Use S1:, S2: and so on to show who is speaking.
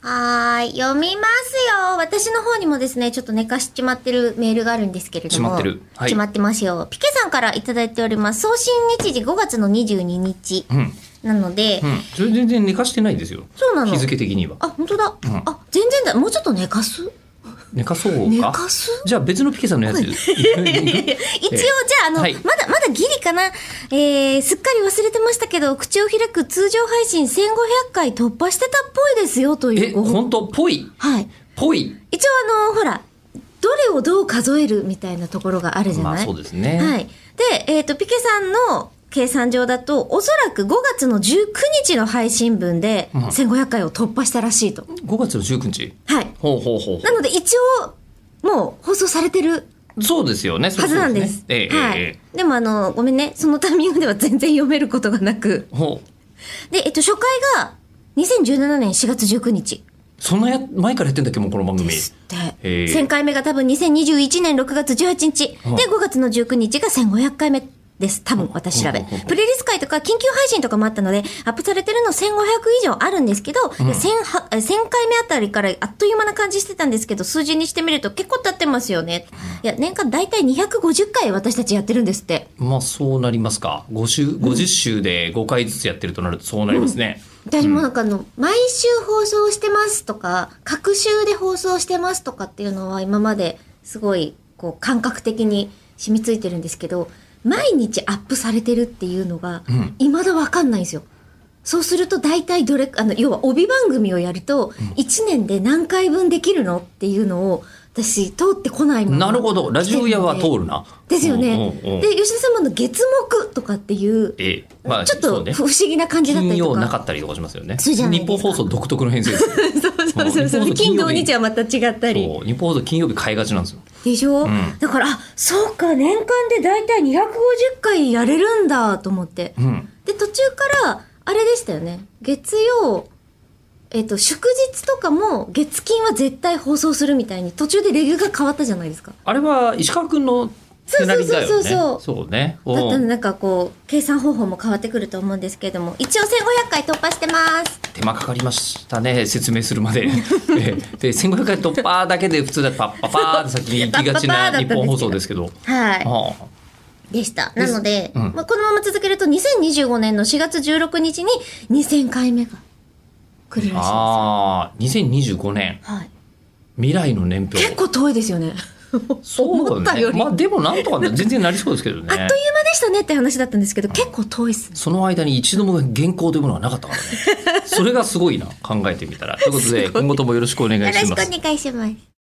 S1: はい、読みますよ。私の方にもですね、ちょっと寝かしちまってるメールがあるんですけれども。
S2: ちまってるはい
S1: ちまってますよ。ピケさんからいただいております。送信日時5月の22日
S2: うん、うん、
S1: なので、
S2: それ全然寝かしてないですよ
S1: そうなの
S2: 日付的には
S1: あ、本当だ、
S2: ん
S1: あ、全然だ。もうちょっと寝かす
S2: 寝かそうか
S1: 寝か す
S2: じゃあ別のピケさんのやつ行く
S1: 一応、じゃあ、あの、
S2: はい
S1: まだ、まだギリかな。えー、すっかり忘れてましたけど、口を開く通常配信1500回突破してたっぽいですよ、とい
S2: え
S1: うご報告
S2: 本当ぽい
S1: はい。
S2: ぽい
S1: 一応、あの、ほら、どれをどう数えるみたいなところがあるじゃ
S2: ま
S1: な
S2: あ
S1: い、
S2: そうですね、
S1: はい。で、えっ、と、ピケさんの計算上だと、おそらく5月の19日の配信分で、
S2: うん
S1: 1500回を突破したらしいと。
S2: 5月の19日
S1: はい。
S2: ほうほうほうほ
S1: なので、一応、もう放送されてる
S2: うそうですよねそ
S1: は
S2: う
S1: ずなんです。
S2: そうねええ
S1: は
S2: え
S1: い。でもあの、ごめんね。そのタイミングでは全然読めることがなく。
S2: えほう
S1: で、えっと、初回が2017年4月19日
S2: そんなや前からやってんだっけもうこの番組
S1: ですって。
S2: へえ
S1: 1000回目が多分2021年6月18日。で、
S2: うん
S1: 5月の19日が1500回目。です多分私調べ
S2: うんうんうん
S1: プレリス会とか緊急配信とかもあったのでアップされてるの1500以上あるんですけど、1000, は1000回目あたりからあっという間な感じしてたんですけど数字にしてみると結構経ってますよねいや年間大体250回私たちやってるんですって
S2: まあそうなりますか5週50週で5回ずつやってるとなるとそうなりますね、
S1: 私もなんかあの、毎週放送してますとか、各週で放送してますとかっていうのは今まですごいこう感覚的に染みついてるんですけど、毎日アップされてるっていうのが
S2: ん、
S1: 未だわかんないんですよ。そうすると大体どれ、あの、要は帯番組をやると、1年で何回分できるのっていうのを、私通ってこないまま
S2: なるほどラジオ屋は
S1: 来てる
S2: 通
S1: んで
S2: るな
S1: ですよね
S2: うんうんうん。
S1: で、吉田様の月目とかっていう、
S2: ええまあ
S1: ちょっ
S2: そう
S1: と
S2: ね
S1: 不思議な感じだった
S2: 金
S1: りと
S2: 曜
S1: か。
S2: なかったりとかしますよね
S1: そうじゃないで
S2: 日
S1: すか
S2: 本放送独特の編成ですよ
S1: そうそうそう
S2: もう
S1: 金
S2: 金
S1: 土
S2: 曜日
S1: 日はまた違ったり。
S2: そう日本放送金曜日買いがちなんですよ
S1: でしょ、
S2: ん
S1: だから、あ、そうか、年間で大体250回やれるんだと思って。
S2: うん
S1: で、途中から、あれでしたよね。月曜、えっ、と、祝日とかも月金は絶対放送するみたいに、途中でレギュが変わったじゃないですか。
S2: あれは石川君の手なりだよね
S1: そうそうそう
S2: そうね
S1: だった
S2: お
S1: ので
S2: う
S1: なんかこう、計算方法も変わってくると思うんですけれども、一応1500回突破してます。
S2: 手間かかりましたね説明する までええで1500回突破だけで普通だとパッパパーって先に行きがち
S1: パッパパーだっ
S2: な
S1: たんですけ
S2: 日
S1: ど
S2: 本放送ですけど
S1: はい。
S2: あ
S1: でした。
S2: で
S1: な
S2: す
S1: ので、
S2: うん
S1: まあ、このまま続けると2025年の4月16日に2000回目が来るらしいです。は
S2: ああ2025年
S1: い、
S2: 未来の年表
S1: 結構遠いですよね。思ったより、
S2: まあでもなんとかね全然なりそうですけ
S1: あ
S2: ど
S1: っ
S2: ね
S1: という間でしたねって話だったんですけど、結構遠いっすね。
S2: その間に一度も原稿というものはなかったからねそれがすごいな考えてみたらということで今後ともよろしくお願い
S1: よろ
S2: し
S1: しく
S2: ま
S1: お
S2: す
S1: 願いします。